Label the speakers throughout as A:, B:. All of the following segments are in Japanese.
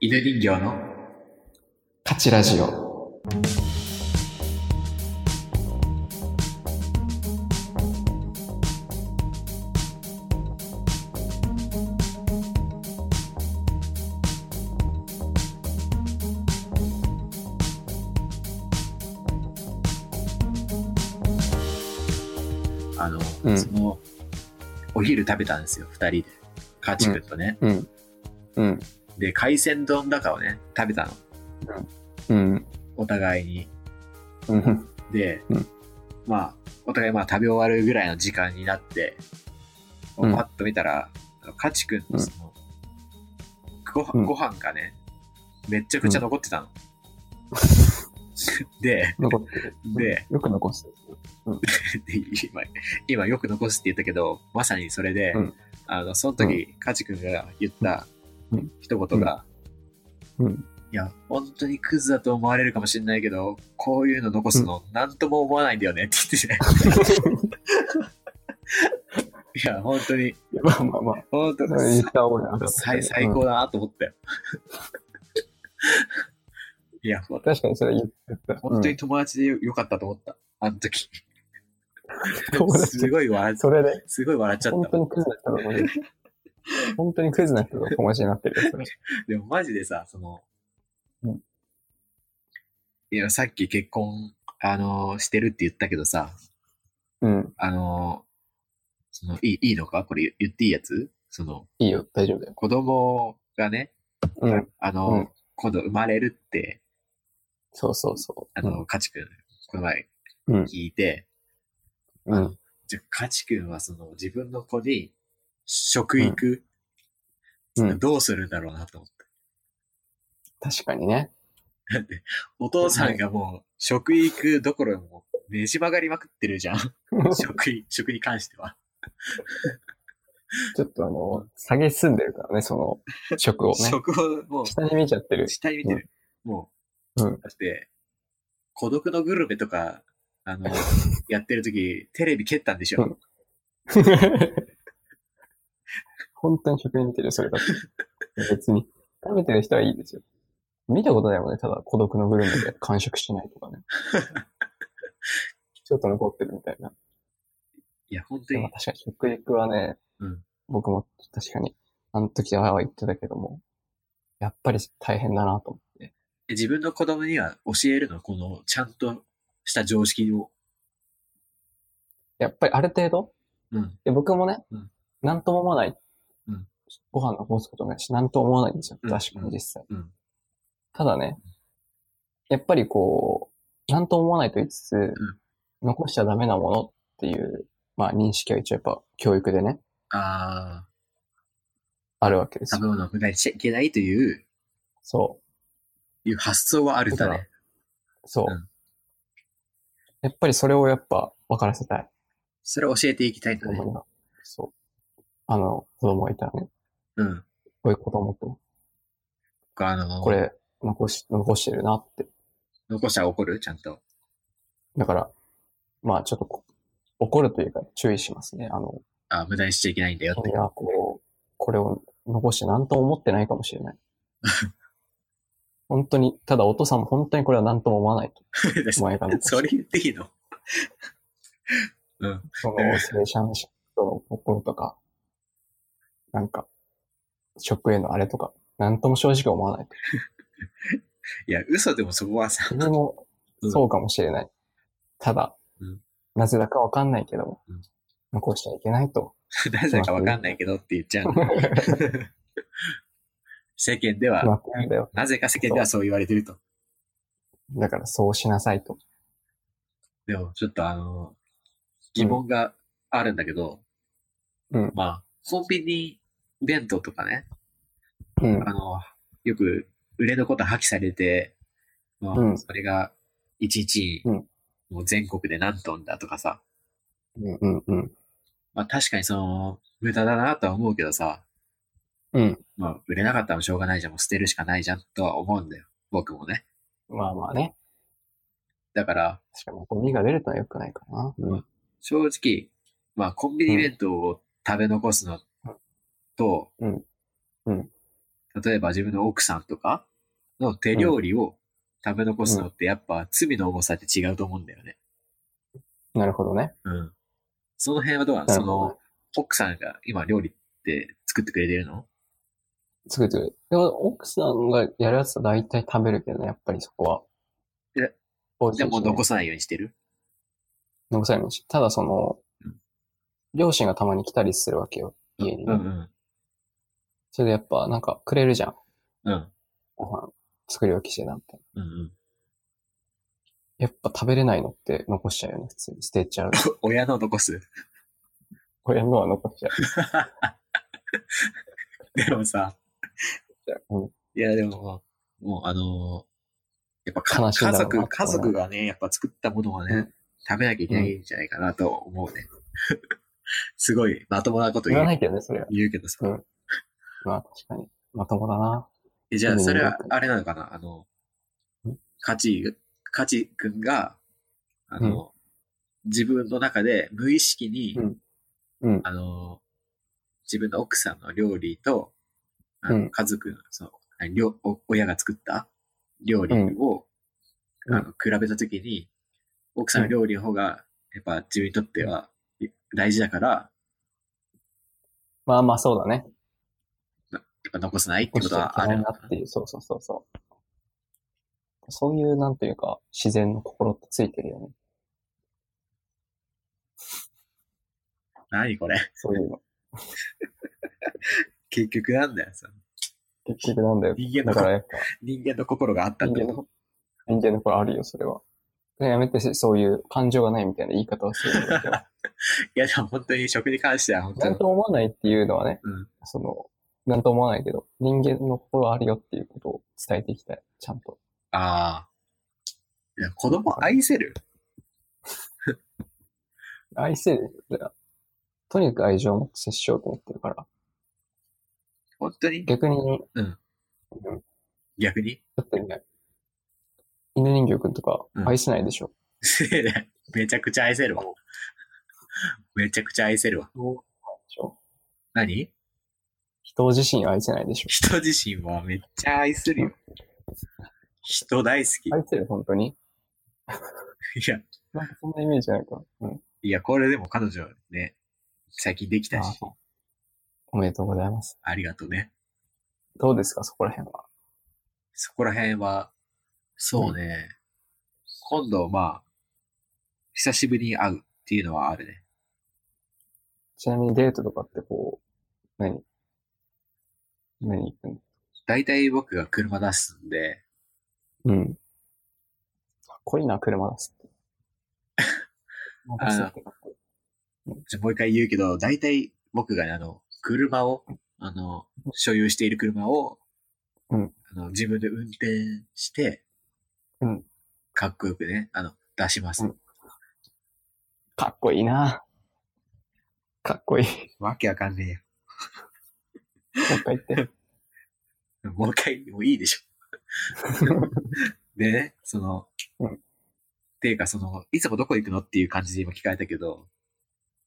A: 犬人形の
B: カチラジオ。
A: あの、
B: うん
A: その、お昼食べたんですよ、二人で。カチ君とね。
B: うん。うん。
A: で、海鮮丼だかをね、食べたの。
B: うん。
A: お互いに。
B: うん。
A: で、
B: うん
A: まあ、お互いまあ食べ終わるぐらいの時間になって、
B: うん
A: パッと見たら、あのカチ君のその、ご
B: うん
A: ご飯がね、めっちゃくちゃ残ってたの。で、
B: 残ってる。
A: で、
B: よく残してる。
A: で 今、今よく残すって言ったけど、まさにそれで、
B: うん
A: あの、その時、カチ君が言った
B: うん
A: 一言が、
B: うん。
A: いや、本当にクズだと思われるかもしれないけど、こういうの残すの、なんとも思わないんだよねって言ってて、 いや、本当に、
B: まあまあまあ、
A: 本当
B: それ言
A: に
B: っ、た方がいい
A: 最最高だなと思ったよ。いや、ほん
B: 確かにそれ言った。
A: 本当に友達でよよかったと思った、あの時。
B: 友達
A: すごい笑っ
B: うん、、それで、
A: すごい笑っちゃっ
B: 本
A: た
B: 当。にクズな人が友達。本当にクズな人が友達になってるよそれ
A: でもマジでさ、その、
B: うん
A: いや、さっき結婚、あのーしてるって言ったけどさ、
B: うん。
A: あのーその、いい、いいのかこれ言言っていいやつその、
B: いいよ、大丈夫だよ。
A: 子供がね、
B: うん。
A: あのー
B: うん
A: 今度生まれるって、
B: そうそうそ
A: あ
B: う。
A: のー、カチ君、この前
B: うん
A: 聞いて、
B: うん。
A: じゃ、カチ君はその、自分の子に、食育、
B: うん。
A: どうするんだろうなと思って。
B: 確かに ね。
A: だって、お父さんがもう、食育どころもう、ねじ曲がりまくってるじゃん。 食に、食に関しては。
B: ちょっとあの、下げすんでるからね、その、職をね。
A: 食をもう、
B: 下に見ちゃってる。
A: 下に見てる。もう、
B: うん
A: だって、孤独のグルメとか、あ の、やってる時、テレビ蹴ったんでしょ。
B: うん本当に食に見てるよ、それだって。別に。食べてる人はいいですよ。見たことないもんね、ただ孤独のグルメで完食しない とかね。ちょっと残ってるみたいな。
A: いや、本当
B: でも
A: に、
B: 確かに食育はね、
A: うん
B: 僕も確かに、あの時は言ってたけども、やっぱり大変だなと思って。
A: 自分の子供には教えるの、この、ちゃんとした常識を。
B: やっぱりある程度
A: うん。
B: で僕もね
A: うん、
B: なんとも思わない。
A: うん
B: ご飯残すこともないし、なんとも思わないんですよ。
A: うん
B: 確かに実際。
A: うん。
B: ただね、やっぱりこう、なんとも思わないと言いつつ、残しちゃダメなものっていう、まあ認識は一応やっぱ教育でね、
A: あ
B: あるわけで
A: ー
B: す
A: 食
B: よ。
A: べ物を無駄にしちゃいけないという、
B: そ
A: いう発想はあるんだね。
B: う。そう。
A: うん
B: やっぱりそれをやっぱ分からせたい。
A: それを教えていきたいんだ
B: 子供
A: ね。
B: には。そう。あの、子供がいたらね、
A: うん。
B: こういう子供っても、
A: 僕あの、
B: これ残し、残してるなって。
A: 残したら怒るちゃんと。
B: だから、まあちょっとこ怒るというか注意しますね。あの、
A: あー無駄にしちゃいけないんだよって
B: 君。はこう、これを残して何とも思ってないかもしれない。 本当に、ただお父さんも本当にこれは何とも思わないと。お前が残して
A: それ言っていいのうん。
B: その、正社の人の心とか、なんか、職へのあれとか、何とも正直思わないと。
A: いや、嘘でもそこはさ、
B: 君も
A: うん
B: そうかもしれない。ただ
A: うん、
B: なぜだかわかんないけども
A: うん、
B: 残しちゃいけないと。
A: 誰だかわかんないけどって言っちゃうの。世間では、
B: なってるんだよ。
A: なぜか世間ではそう言われてると。
B: だからそうしなさいと。
A: でも、ちょっとあの、疑問があるんだけど、
B: うん
A: まあ、コンビニ弁当とかね、
B: うん。
A: あの、よく売れ残った破棄されて、まあ
B: うん
A: それが、いちいち、
B: うん
A: もう全国で何トンだとかさ、
B: うんうんうん。
A: まあ確かにその、無駄だなとは思うけどさ、
B: うん。
A: まあ、売れなかったらしょうがないじゃん、もう捨てるしかないじゃんとは思うんだよ。僕もね。
B: まあまあね。
A: だから、
B: 確かに、ゴミが出るとは良くないからな。
A: うん正直、まあ、コンビニ弁当を食べ残すのと、
B: うんうん
A: 例えば自分の奥さんとかの手料理を食べ残すのってやっぱ罪の重さって違うと思うんだよね。
B: なるほどね。
A: うん。その辺はどうなの
B: な
A: そ
B: るほど
A: の、奥さんが今料理って作ってくれてるの
B: 作ってくれる。でも、奥さんがやるやつは大体食べるけどね、やっぱりそこは。
A: え
B: 美味し
A: じゃ
B: いし
A: あ
B: ね
A: もう残さないようにしてる
B: 残さないもんし。ただその
A: うん、
B: 両親がたまに来たりするわけよ、家に。
A: うん
B: それでやっぱ、なんか、くれるじゃん。
A: うん。うん。
B: ご飯、作り置きしてなんて。
A: うんうん。
B: やっぱ食べれないのって残しちゃうよね、普通に。捨て ちゃう。
A: 親の残す。
B: 親のは残しちゃ
A: でもさ、
B: う。うん。
A: いやでも、もうあのーやっぱ
B: 悲
A: か
B: しいん
A: 家
B: だろうな
A: 族、家族がね、やっぱ作ったものはね、
B: うん
A: 食べなきゃいけないんじゃないかなと思うね。 すごいまともなこと
B: 言
A: 言
B: わ
A: う
B: ないけどね、それは。
A: 言うけどさ。
B: うんまあ、確かに。まともだな。
A: えじゃあ、
B: うん
A: それは、あれなのかなあの
B: ん、
A: カチ、カチ君が、あの、自分の中で無意識に、
B: うんうん
A: あの、自分の奥さんの料理と、あの
B: うん
A: 家族の、そのありょお、親が作った料理を、
B: うん
A: あの、比べたときに、奥さんの料理の方が、やっぱ自分にとっては大事だから、
B: まあまあ、そうだね。
A: やっぱ残さないって
B: こ
A: こ
B: しち
A: と
B: ゃ
A: はいあ
B: けな
A: る
B: い
A: の
B: な
A: か
B: っていう、そうそうそうそう。そういう、なんというか、自然の心ってついてるよね。
A: な。何これ
B: そういうの。
A: 結局なんだよ、その
B: 結局なんだよ。
A: 人間の
B: だから
A: 心
B: やっぱ、
A: 人間の心があったん
B: 人
A: だ
B: 間
A: よ。
B: の、人間の心あるよ、それは。やめて、そういう感情がないみたいな言い方をするの だけど。
A: いや、でも本当に食に関しては本当
B: なん
A: に。
B: とも思わないっていうのはね、
A: うん
B: その、なんとも思わないけど、人間の心あるよっていうことを伝えていきたい。ちゃんと。
A: ああ。いや、子供愛せる
B: 愛せる。とにかく愛情を持って接しようと思ってるから。
A: 本当に
B: 逆に、
A: うん
B: うん
A: 逆に
B: だってね、犬人形くんとか
A: うん
B: 愛せないでしょ。
A: めちゃくちゃ愛せるわ。めちゃくちゃ愛せるわ。
B: そうでしょ
A: 何
B: 人自身愛せないでしょ。
A: 人自身はめっちゃ愛するよ。人大好き。
B: 愛せる、本当に。
A: いや、
B: なんかそんなイメージないから。うん。
A: いや、これでも彼女ね、最近できたし、
B: あおめでとうございます。
A: ありがとうね。
B: どうですか、そこら辺は。
A: そこら辺は、そうね、今度、まあ、久しぶりに会うっていうのはあるね。
B: ちなみにデートとかってこう、何何行くの
A: 大体僕が車出すんで、
B: うん。かっこいいな、車出す って。
A: あの
B: 車出すってかっこいい
A: じゃあもう一回言うけど、大体僕がね、あの、車を、あの、所有している車を、
B: うん
A: あの自分で運転して、
B: うん
A: かっこよくね、あの、出します。
B: うんかっこいいな。かっこいい。
A: わけわかんね
B: もう一回言って。
A: えよ。もう一回、もういいでしょ。 でね、その、
B: うん
A: っていうか、その、いつもどこ行くのっていう感じで今聞かれたけど、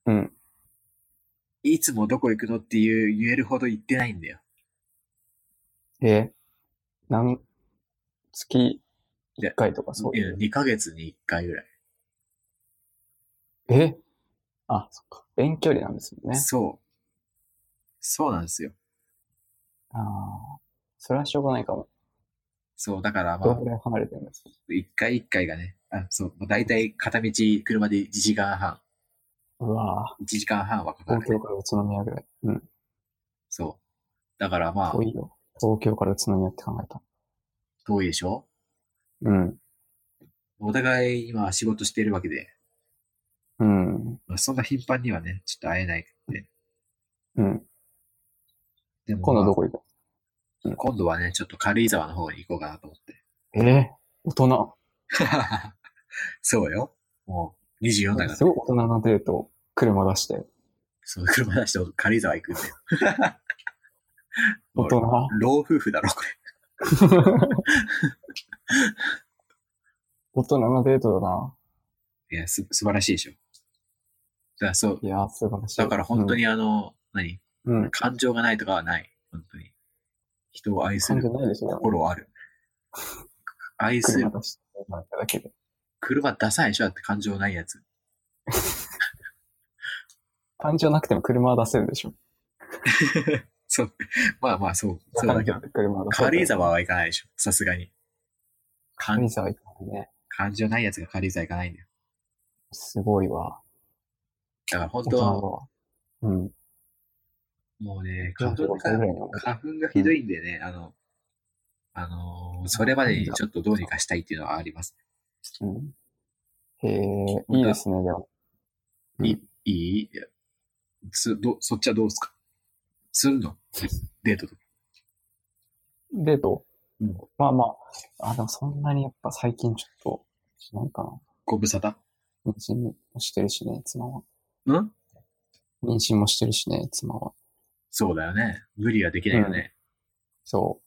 B: うん。
A: いつもどこ行くのっていう言えるほど言ってないんだよ。
B: えー、なん、月
A: いや
B: 1回とかそう
A: い
B: い
A: や
B: う。
A: 2ヶ月に1回ぐらい。
B: えあ、そっか。遠距離なんですよね。
A: そう。そうなんですよ。
B: ああ。それはしょうがないかも。
A: そう、だからま
B: どの
A: あ
B: く、らい離れてるんですか
A: 一回一回がね、あそう、もう大体片道車で1時間半、
B: うわ
A: 1時間半はかか
B: ぁ。東京
A: る。
B: から宇都宮ぐらい。うん。
A: そう。だからまあ
B: 遠、いよ。東京から宇都宮って考えた。
A: 遠いでしょ
B: うん。
A: お互い今仕事してるわけで、
B: うん。
A: まあ、そんな頻繁にはね、ちょっと会えないんで。
B: うん。
A: でも
B: 今度ど
A: こ
B: こ行く
A: 今度はね、ちょっと軽井沢の方に行こうかなと思って。
B: えー、大人。
A: そうよ。もう24だから、
B: すごい大人なデート、車出して。
A: その車出して軽井沢行くんだよ。
B: 大人。
A: 老夫婦だろ、これ。
B: 大人なデートだな。
A: いや、す、素晴らしいでしょ。だからそう、
B: いやー、素晴らしい。
A: だから本当にあの、何
B: うん。うん。
A: 感情がないとかはない。本当に。人を愛す
B: 関
A: る
B: 係ないですね。
A: 心 はある。愛す
B: 車
A: る。
B: 出してもらっただけで。
A: 車ダサいでしょだって感情ないやつ。
B: 感情なくても車は出せるでしょ。
A: そう。まあまあ、そう。そう
B: だ
A: だ
B: か
A: け
B: ら
A: ど。
B: 車は出せる。
A: 軽井沢はいかないでしょさすがに。
B: 軽
A: 感
B: 井沢行ったのね。
A: 感情ないやつが軽井沢行かないんだよ。
B: すごいわ。
A: だから本
B: 本
A: 当
B: 当
A: は、
B: だわ。うん。
A: もうね、花粉
B: 45
A: が
B: 歳ぐらいの。
A: 花粉がひどいんでね、あの、あのーそれまでにちょっとどうにかしたいっていうのはあります。
B: うん。へえ、いいですね、でも。うん
A: いいいいやすどそっちはどうですかするのデートとか。
B: デート
A: うん
B: まあまあ、あ、でもそんなにやっぱ最近ちょっと、なんかな。
A: ご無沙汰
B: 妊娠もしてるしね、妻は。
A: うん
B: 妊娠もしてるしね、妻は。
A: そうだよね。無理はできないよね。
B: そ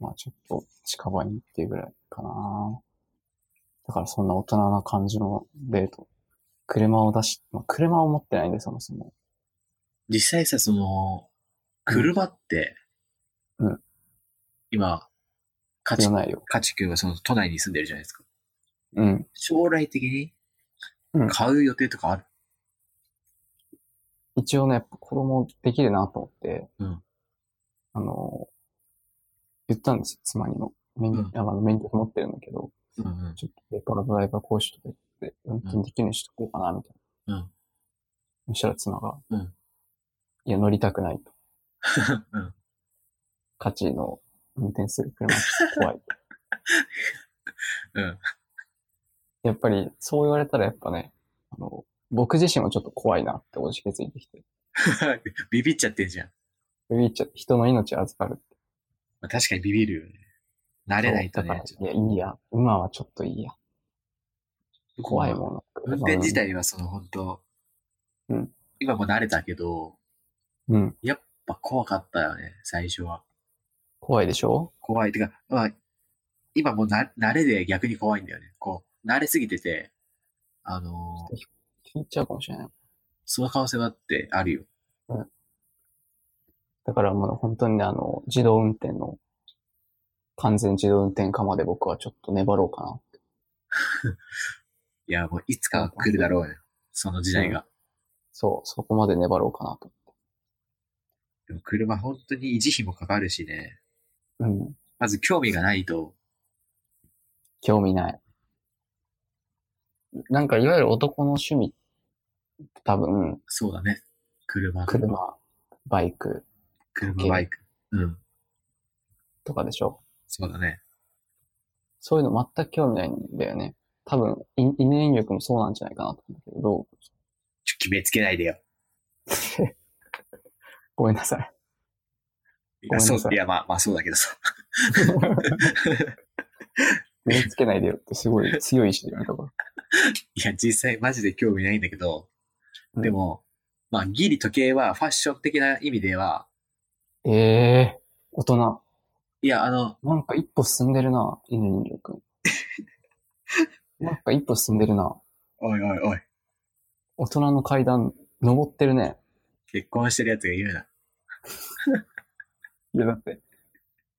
B: う。まあちょっと近場にっていうぐらいかな。だからそんな大人な感じのデート。車を出し、まあ、車を持ってないんで、そもそも。
A: 実際さ、その、車って、
B: うん
A: 今、家
B: 必
A: 畜
B: 要、ないよ。
A: 家畜はその都内に住んでるじゃないですか。
B: うん。
A: 将来的に
B: うん
A: 買う予定とかある、
B: 一応ね、やっぱ子供できるなと思って、
A: うん
B: あの、言ったんですよ、妻にも。免
A: うん
B: あの免許持ってるんだけど、
A: うん、うん
B: ちょっとペーパードライバー講習とか行って、運転できるようにしとこうかな、みたいな。
A: うん
B: そしたら妻が、
A: うん
B: いや、乗りたくないと。
A: うん。
B: 価値の運転する車って怖い。
A: うん。
B: やっぱり、そう言われたらやっぱね、あの、僕自身もちょっと怖いなっておじけづいてきて。
A: ビビっちゃってんじゃん。
B: ビビっちゃって人の命預かるって。
A: まあ、確かにビビるよね。慣れないと
B: そう
A: ね
B: だ。からいや、いいや。今はちょっといいや。怖い
A: ん。
B: もの。
A: 運転自体はその本当、
B: うん
A: 今も慣れたけど、
B: うん。
A: やっぱ怖かったよね、最初は。
B: 怖いでしょ
A: 怖い。てか、まあ、今もうな慣れで逆に怖いんだよね。こう、慣れすぎてて、あのー
B: 聞いちゃうかもしれない。
A: その可能性はあってあるよ。
B: だからもう本当にね、あの、自動運転の、完全自動運転化まで僕はちょっと粘ろうかな。
A: いや、もういつかは来るだろうね。その時代が。
B: そう、そこまで粘ろうかなと。
A: でも車本当に維持費もかかるしね。
B: うん。
A: まず興味がないと、
B: 興味ない。なんかいわゆる男の趣味、多分、
A: そうだね。車、
B: 車、バイク
A: 車バイク。うん。
B: とかでしょ
A: そうだね。
B: そういうの全く興味ないんだよね。多分、い犬演力もそうなんじゃないかなと思うんだけど、
A: ちょ決めつけないでよ。
B: ごめんなさい。
A: い
B: ご
A: や、
B: めんなさ
A: そ、
B: いう
A: いや、まあ、まあ、そうだけどさ。
B: 身につけないでよってすごい強い意志で言われたから。
A: いや、実際マジで興味ないんだけど、
B: うん
A: でも、まあ、ギリ時計はファッション的な意味では、
B: ええ大人。
A: いや、あの、
B: なんか一歩進んでるな、犬人形くん。なんか一歩進んでるな。
A: おいおいおい、
B: 大人の階段、登ってるね。
A: 結婚してるやつが言うな。
B: いや、だって。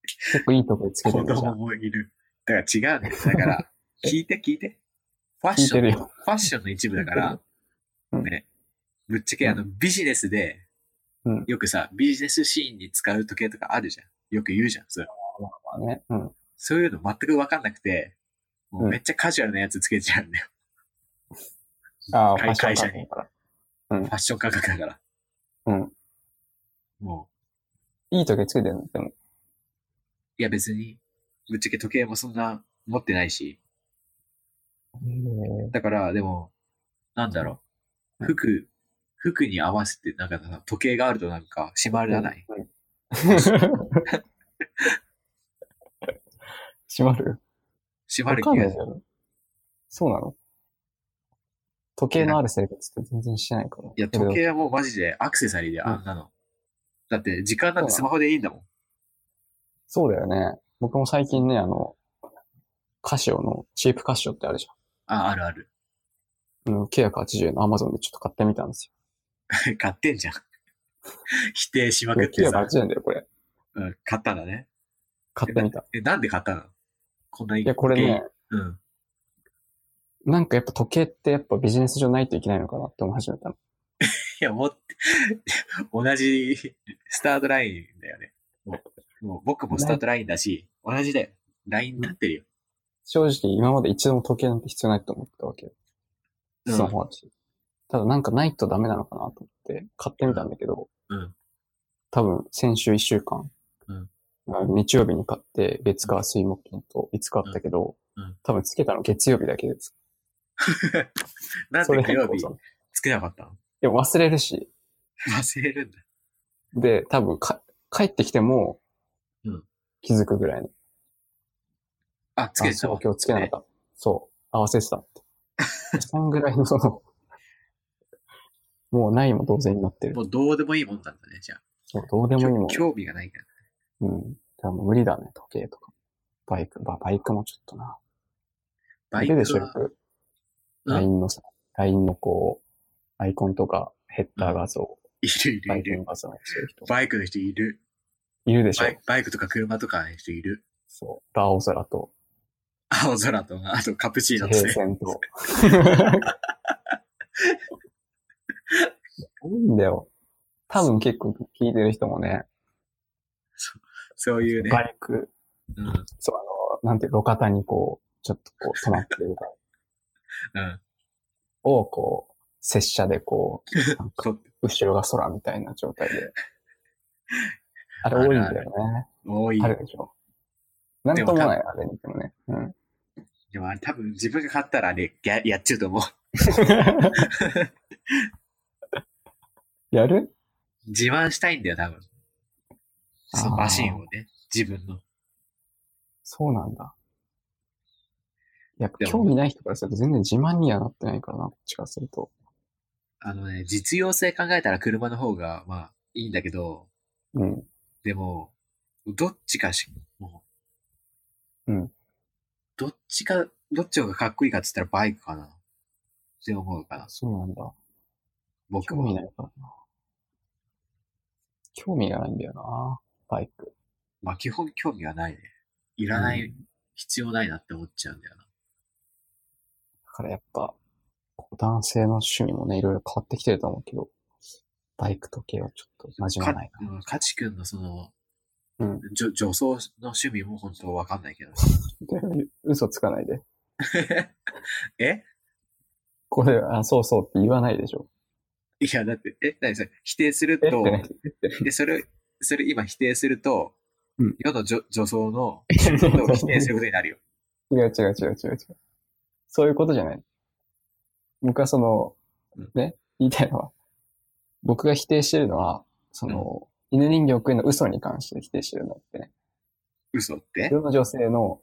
B: 結構いいとこにつけて
A: 子
B: るじゃ
A: 供
B: ん。
A: もいる。だから違うんだよ。だから、 聞いて聞いて。ファッ
B: 聞い
A: ショ
B: て
A: ン、
B: る
A: フ
B: よ。
A: ァッションの一部だから、
B: うん
A: ね、ぶっちゃけあの、ビジネスで
B: うん、
A: よくさ、ビジネスシーンに使う時計とかあるじゃん。よく言うじゃん。それ
B: まあね。うん。
A: そういうの全くわかんなくて、もううんめっちゃカジュアルなやつつけちゃうんだよ。
B: ああ、
A: 会会社に
B: ファッシ
A: ファッシ
B: ョン関
A: ョン価格だから。
B: 係から。
A: も
B: うん。いい時計つけてるのでも。
A: う、いや別に、ぶっちゃけ時計もそんな持ってないし、
B: え
A: だから、でも、なんだろう。
B: うん
A: 服、服に合わせて、なんかさ、時計があるとなんか、締ま
B: え
A: らない。。
B: うん 閉まる
A: 締ま
B: わ
A: る
B: か
A: 気
B: んな
A: が
B: いじゃん。そうなの時計のある生活って全然してないから。
A: いや、時計はもうマジでアクセサリーで、あんなの。だって、時間なんてスマホでいいんだもん。
B: そうだよね。僕も最近ね、あの、カシオの、チープカシオってあるじ
A: あ、あるある。
B: ゃん。うん、980円の Amazon でちょっと買ってみたんです
A: 買ってんじゃん。否定しま
B: よ。
A: くってさ。
B: 980円だよ、これ。
A: うん、買ったんだね。
B: 買ってみた。
A: え、なんで買ったのこんないい
B: いや、これね、
A: うん。
B: なんかやっぱ時計ってやっぱビジネス上ないといけないのかなって思い始めたの。
A: いや、もう、 同じスタートラインだよね。もう、もう僕もスタートラインだし、同じだよ。ラインになってるよ。
B: 正直今まで一度も時計なんて必要ないと思ってたわけよ。
A: うん
B: スマホだし。ただなんかないとダメなのかなと思って買ってみたんだけど、
A: うん
B: 多分先週一週間、
A: うん
B: 日曜日に買って月火水木金と5日あったけど、
A: うんうん
B: 多分つけたの月曜日だけです。
A: なん
B: そ
A: で
B: れ
A: 火
B: 変
A: 曜
B: 更
A: 日
B: さ
A: つけなかったの
B: でも忘れるし、
A: 忘れるんだ。
B: で、多分か帰ってきても
A: うん
B: 気づくぐらいの。
A: あ、つけ
B: あ
A: てた
B: そう
A: わ。
B: 今日つけなかった。そう。合わせてたって。そん ぐらいのその、もうないも同然になってる。
A: もうどうでもいいもんなんだね、じゃあ。
B: そうどうでもいいもん。
A: 興味がないから。
B: うん。だからもう無理だね、時計とか。バイク、ばバイクもちょっとな。
A: バイ
B: 見るで
A: ク
B: しょ、よ
A: は、
B: く。
A: うん
B: LINE のさ、LINE のこう、アイコンとか、ヘッダー画像、
A: いるい
B: バ
A: るい
B: イク
A: る
B: の。画像をしてる人。
A: バイクの人いる。
B: いるでしょ
A: バイバイクとか車とかの人いる。
B: そう。青空と、
A: 青空と、あとカプチーノと
B: 平
A: ね。
B: 線と。多いんだよ。多分結構聞いてる人もね、
A: そういうね。
B: バイク、
A: うん。うん。
B: そう、あの、なんていう、路肩にこう、ちょっとこう、止まってるかを、こう、拙者でこう、なんか
A: そう
B: 後ろが空みたいな状態 で。あれ多いんだよね。
A: 多い。
B: あるでしょ。なんともない、あれにでもね。うん。
A: でもあれ多分自分が買ったらね、ややっちゃうと思う。
B: やる
A: 自慢したいんだよ、多分。その
B: あー
A: マシンをね。自分の。
B: そうなんだ。いや、
A: でも
B: 興味ない人からすると全然自慢にはなってないからな、こっちからすると。
A: あのね、実用性考えたら車の方が、まあ、いいんだけど、
B: うん。
A: でも、どっちかし、もう。
B: うん。
A: どっちか、どっちがかっこいいかって言ったらバイクかな。って思うかな。
B: そうなんだ。
A: 僕
B: 興
A: も
B: 味ないからな。興味がないんだよな、バイク。
A: まあ基本興味がないね。いらない、
B: うん
A: 必要ないなって思っちゃうんだよな。
B: だからやっぱ、こう男性の趣味もね、いろいろ変わってきてると思うけど、バイク時計はちょっと馴染まない
A: か。うん、かちくんのその、
B: うん
A: じょ女装の趣味も本当わかんないけど。
B: 嘘つかないで。
A: え
B: これ、あ、そうそうって言わないでしょ。
A: いや、だって、え、何それ否定する
B: えっ
A: と
B: て、ね。
A: で、それ、それ今否定すると、
B: うん
A: 世の女女装の ことを否定することになるよ。
B: 違う違う違う違う違う。そういうことじゃない。僕はその
A: うん、
B: ね、言いたいのは、僕が否定してるのは、その、犬人形くんの嘘に関して否定してるんだってね。
A: 嘘って
B: 世の女性の、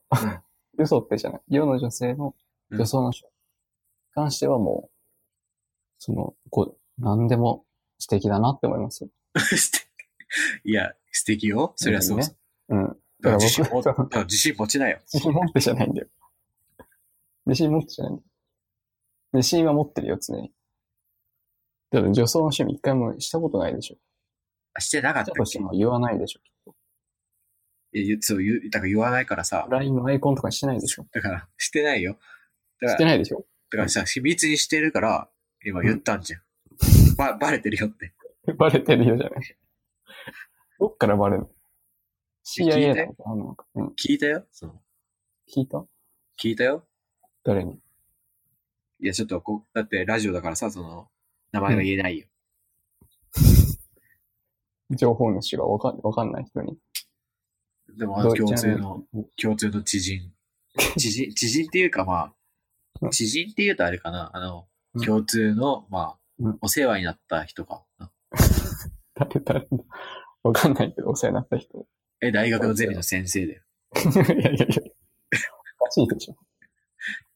B: 嘘ってじゃない。世の女性の女装の人に関してはもう、その、こう、何でも素敵だなって思います。
A: していや、素敵よ。そりゃそう。
B: ねうん。
A: だか
B: だか
A: ら
B: ら
A: 自信持
B: 僕
A: だ
B: は
A: か、ら自信持ちなよ。
B: 自信持ってじゃないん だよ。自信持ってじゃないんだよ。自信は持ってるよ、常に。だって女装の趣味一回もしたことないでしょ。
A: してなかっ
B: したた
A: っ
B: として
A: け
B: も言わないでしょ。
A: いや言うそう言うだから言わないからさ。
B: LINE のアイコンとかしてないでしょ。
A: だから、してないよ。だ
B: し
A: か
B: て
A: ら、
B: ないでしょ。
A: だからさ、秘密にしてるから、今言ったんじゃん。ば、バレてるよって。
B: バレてるよじゃない。どっからバレるの
A: いや聞いたよ
B: ?CIA だのかななんか。うん。
A: 聞いたよその、
B: 聞いた
A: 聞いたよ
B: 誰に
A: いや、ちょっとこう、だってラジオだからさ、その、名前は言えないよ。
B: 情報主がわかんわかんない人に。
A: でも、あ
B: ど
A: の
B: うい
A: 共
B: うチャ
A: 通
B: ンネル
A: の、共通の知 人。知人、知人っていうかま
B: う
A: あ、
B: ん
A: 知人っていうとあれかな、あの
B: う、ん
A: 共通の、ま
B: う
A: あ
B: ん、
A: お世話になった人か。
B: 誰誰だわかんないけど、お世話になった人。
A: え、大学のゼミの先生だよ。
B: いやいやいや。おかしい でしょ。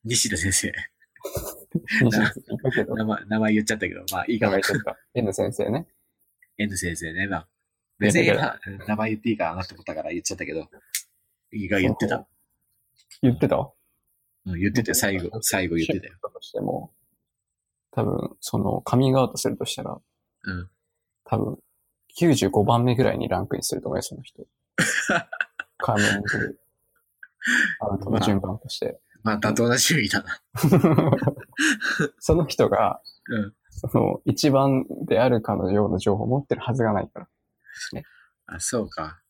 A: 西田先生。
B: いいじゃんいたけど。
A: 名前、名前言っちゃったけど、まあ、いいか
B: 名
A: も
B: 前。とか。N 先生ね。
A: N 先生ね、まあ、別に
B: いや
A: 今、名前言っていいかなと思ったから言っちゃったけど、意外言ってた。
B: 言ってた
A: うん、言ってたよ、最後、最後言ってたよ。
B: だとしても、多分、その、カミングアウトするとしたら、
A: うん。
B: 多分、95番目ぐらいにランクインすると思うよ、その人。買い物に来る。アウトの順番として。
A: まあ、妥当な趣味だな。
B: その人が、
A: うん。
B: その、一番であるかのような情報を持ってるはずがないから。
A: あ、そうか。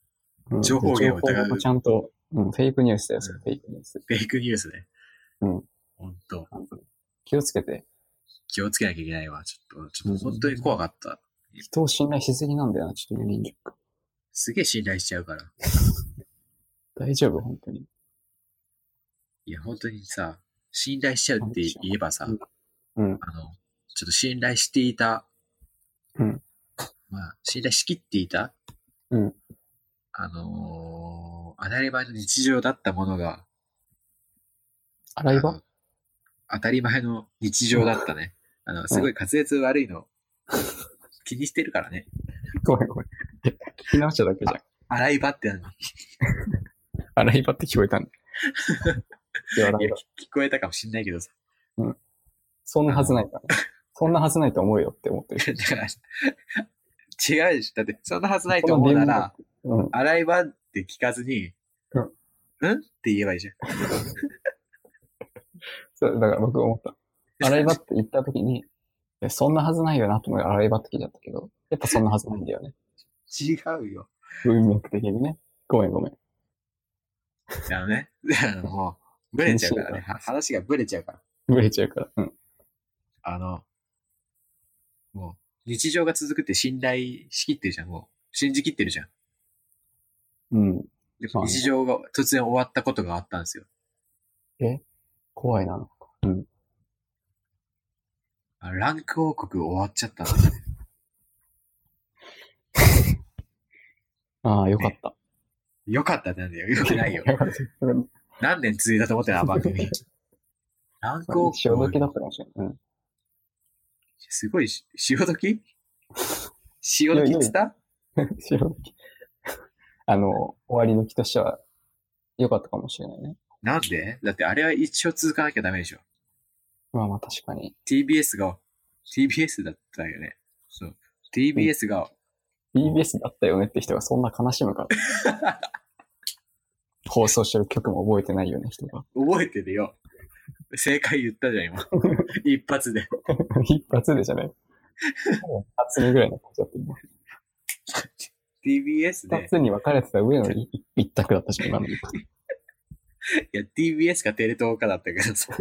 B: うん
A: 情報源を
B: 情
A: 疑う
B: 報もちゃんと、うん、フェイクニュースだよ、それ、フェイクニュース。
A: フェイクニュースね。
B: うん。
A: ほんと、
B: あの気をつけて、
A: 気をつけなきゃいけないわ。ちょっと、ちょっと
B: うん
A: 本当に怖かった。
B: 人を信頼しすぎなんだよな、ちょっと人力。
A: すげえ信頼しちゃうから。
B: 大丈夫、本当に。
A: いや、本当にさ、信頼しちゃうって言えばさ、
B: うん。
A: あの、ちょっと信頼していた、
B: うん。
A: まあ、信頼しきっていた、
B: うん。
A: あのー当たり前の日常だったものが、
B: 洗い
A: あ
B: 場
A: の当たり前の日常だったね。あの、すごい滑舌悪いの、気にしてるからね。
B: ごめんごめん。聞き直しただけじゃん。
A: 洗い場って何
B: 洗い場って聞こえたんだ。いや洗
A: い
B: い
A: や
B: 場
A: 聞こえたかもしんないけどさ。
B: そんなはずないから。そんなはずないと思うよって思って る。
A: だから、違うでしょ。だって、そんなはずないと思うなら、
B: うん。
A: 洗い場って聞かずに、
B: うん
A: うんって言えばいいじゃん。
B: そう、だから僕思った。洗い場って言った時に、いやそんなはずないよなと思い洗い場って聞いちゃったけど、やっぱそんなはずないんだよね。
A: 違うよ。
B: 文脈的にね。ごめんごめん。
A: あのね、 あのもう、ブレちゃうからね。は話がブレちゃうから。
B: ブレちゃうから。うん。
A: あの、もう、日常が続くって信頼しきってるじゃん、もう。信じきってるじゃん。
B: うん。
A: で
B: まあね
A: 日常が突然終わったことがあったんですよ。
B: 怖いな。
A: あランク王国終わっちゃったんですよ。
B: ああ、よかった。
A: よかったってなんだよ。よく ないよ。
B: かった。
A: 何年続いたと思ってんの、番 組。ランク王
B: 潮時だ
A: 国
B: っ。たかもしれない。うん。
A: すごいし、潮時潮時っつった
B: 潮時。 あの、終わりの気としては、よかったかもしれないね。
A: なんでだってあれは一生続かなきゃダメでしょ。
B: まあまあ確かに。
A: TBS が、TBS だったよね。そう。TBS が、
B: BBS だったよねって人がそんな悲し むから。放送してる曲も覚えてないよね、人が。
A: 覚えてるよ。正解言ったじゃん、 今。一発で。
B: 一発でじゃない。もう二つ目ぐらいの感じだった今。
A: TBS
B: 二
A: で、
B: つに分かれてた上の一一択だったじゃん、今の。
A: いや、TBS かテレ東かだったけどさ。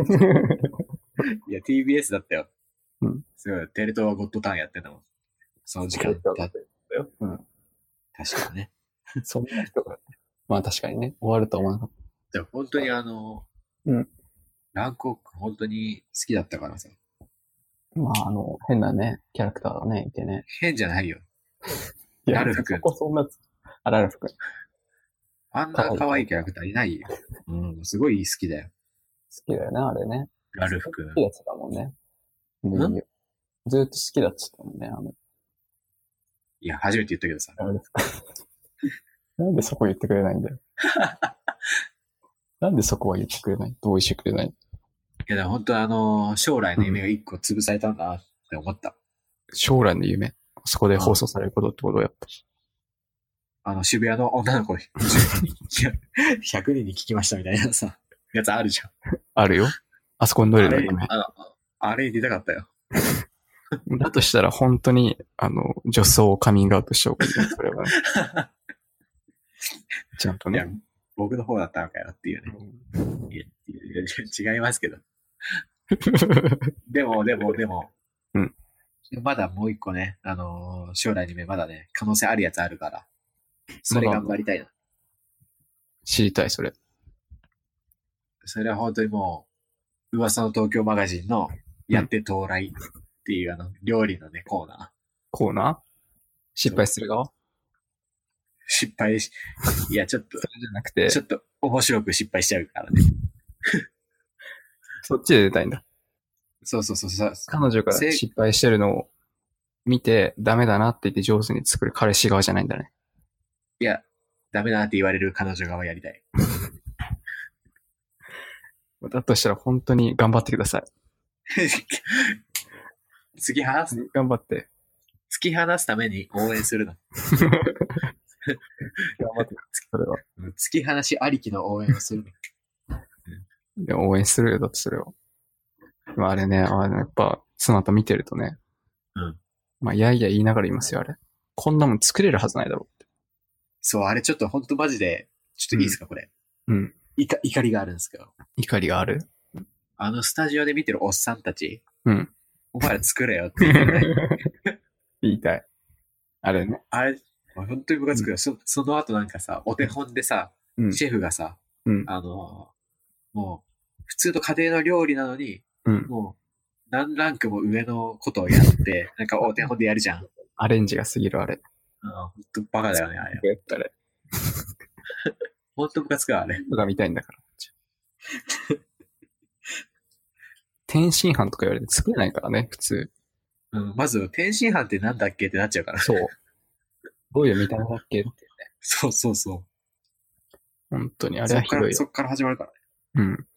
A: いや、TBS だったよ。
B: うん。
A: そう、テレ東はゴッドタウンやってたもん。その時間だった。
B: うん。
A: 確かね。
B: そんな人が。まあ確かにね、終わるとは思わなかっ
A: でも本当にあの、
B: うん。
A: ランクオーク本当に好きだったからさ。
B: た。まああの、変なね、キャラクターがね、いてね。
A: 変じゃないよ。
B: い
A: ラルフ君
B: そこそんな、あ、ラルフ君。
A: あんな可愛いキャラクターいないよ。うん、すごい好きだよ。
B: 好きだよね、あれね。
A: ラルフ君
B: 好。きだってたもんね。もういいよ。ずーっと好きだってたもんね、あの、
A: いや、初めて言ったけどさ。
B: ラルフ君。なんでそこ言ってくれないんだ よ。なんでそこは言ってくれない同意してくれない
A: いや、でも本当あの、将来の夢が一個潰されたんだなって思った。
B: 将来の夢。そこで放送されることってことはやっぱ。
A: あの、渋谷の女 の子に100人に聞きましたみたいなさ、やつあるじゃん。
B: あるよ。あそこに乗
A: あ
B: れる
A: れ
B: 夢、。
A: あのあれに出たかった よ。
B: だとしたら本当に、あの、女装をカミングアウトしておく。それはね。ちゃんと
A: いや
B: ね。、
A: 僕の方だったのかよっていうね。いやいや違いますけど。でも、でも、でも。
B: うん。
A: まだもう一個ね、あのー将来に目まだね、可能性あるやつあるから。それ
B: まだ
A: 頑張りたいな。
B: 知りたい、それ。
A: それは本当にもう、噂の東京マガジンの、やって到来っていう、あの、料理のね、コーナー。
B: コーナー失敗する側
A: 失敗し、いや、ちょ っと、
B: じゃなくて、
A: ちょっと面白く失敗しちゃうからね。
B: そっちで出たいんだ。
A: そうそうそうそう。
B: 彼女が
A: せ
B: 失敗してるのを見て、ダメだなって言って上手に作る彼氏側じゃないんだね。
A: いや、ダメだなって言われる彼女側やりたい。
B: だとしたら本当に頑張ってください。
A: 突き放す、
B: 頑張って。
A: 突き放すために応援するの。
B: 頑張って、それは。
A: 突き放しありきの応援をする。
B: いや、応援するよ、だってそれを。でもあれね、あのやっぱ、妻と見てるとね。
A: うん。
B: まあ、いやいや言いながら言いますよ、あれ。こんなもん作れるはずないだろ
A: そう、あれちょっと本当マジで、ちょっといいですか、これ。
B: う。うん。
A: いか怒りがあるんですけど。
B: 怒りがある。
A: あのスタジオで見てるおっさんたち、
B: うん。
A: お前ら作れよって言って ね
B: 言いたい。あれね。
A: あれ、本当にムカつくよ、そ。その後なんかさ、お手本でさ、
B: うん。
A: シェフがさ、
B: うん。
A: あのーもう、普通の家庭の料理なのに、
B: うん。
A: もう、何ランクも上のことをやって、なんかお手本でやるじゃん。うん
B: アレンジが過ぎる、あれ。
A: 本当バカだよね、あれ。
B: やったれ。
A: 本当ムカつくわ、あれ。
B: とか見たいんだから。天津飯とか言われて作れないからね、普通。
A: うん、まず、天津飯ってなんだっけってなっちゃうから。
B: そう。どういう見た目だっけ
A: そうそうそう。
B: 本当に、あれ
A: そ
B: は
A: っ
B: ひ
A: か
B: ど
A: ら、
B: い
A: そ
B: よ。
A: っから始まるからね。
B: うん。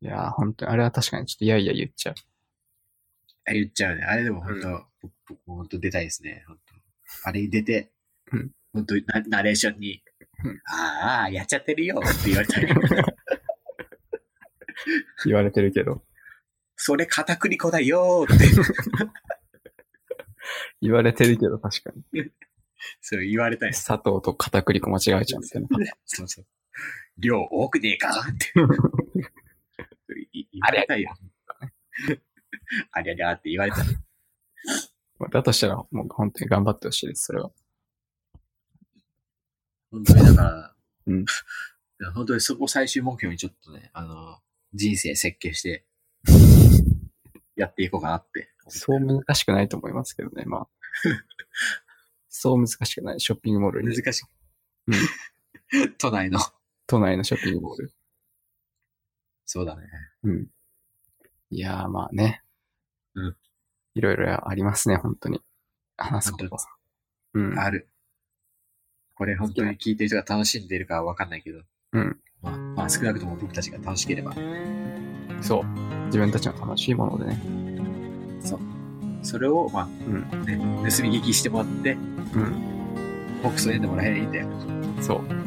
B: いやー、本当に、あれは確かにちょっといやいや言っちゃう。
A: あ言っちゃうね。あれでも本当、僕僕本当出たいですね。本当あれに出て、
B: うん
A: 本当ナナレーションに、
B: うん
A: ああ、やっちゃってるよって言われ たり、
B: 言われてるけど。
A: それ片栗粉だよーって、
B: 言われてるけど、確かに。
A: そう言われたいです。
B: 砂糖と片栗粉間違えちゃうみたいな。
A: そうそう。量多くねえか って。い言われたいよ。ありゃりゃって言われた。
B: まあだとしたら、もう本当に頑張ってほしいです、それは。
A: 本当にだから、
B: うん
A: いや本当にそこ最終目標にちょっとね、あの、人生設計して、やっていこうかなって。
B: そう難しくないと思いますけどね、まあ。 そう難しくない。ショッピングモールに。
A: 難しい。 都内の。
B: 都内のショッピングモール。
A: そうだね。
B: うん。いやー、まあね。
A: うん。
B: いろいろありますね、本当に。話すことは。うん。
A: ある。これ本当に聞いてる人が楽しんでいるかはわかんないけど、
B: うん。
A: まあ、まあ少なくとも僕たちが楽しければ、
B: そう。自分たちの楽しいものでね。
A: それを、まあ、
B: うん。
A: ね、盗み聞きしてもらって、
B: うん。
A: 僕そうやってもらえばいいんだよ。
B: そう。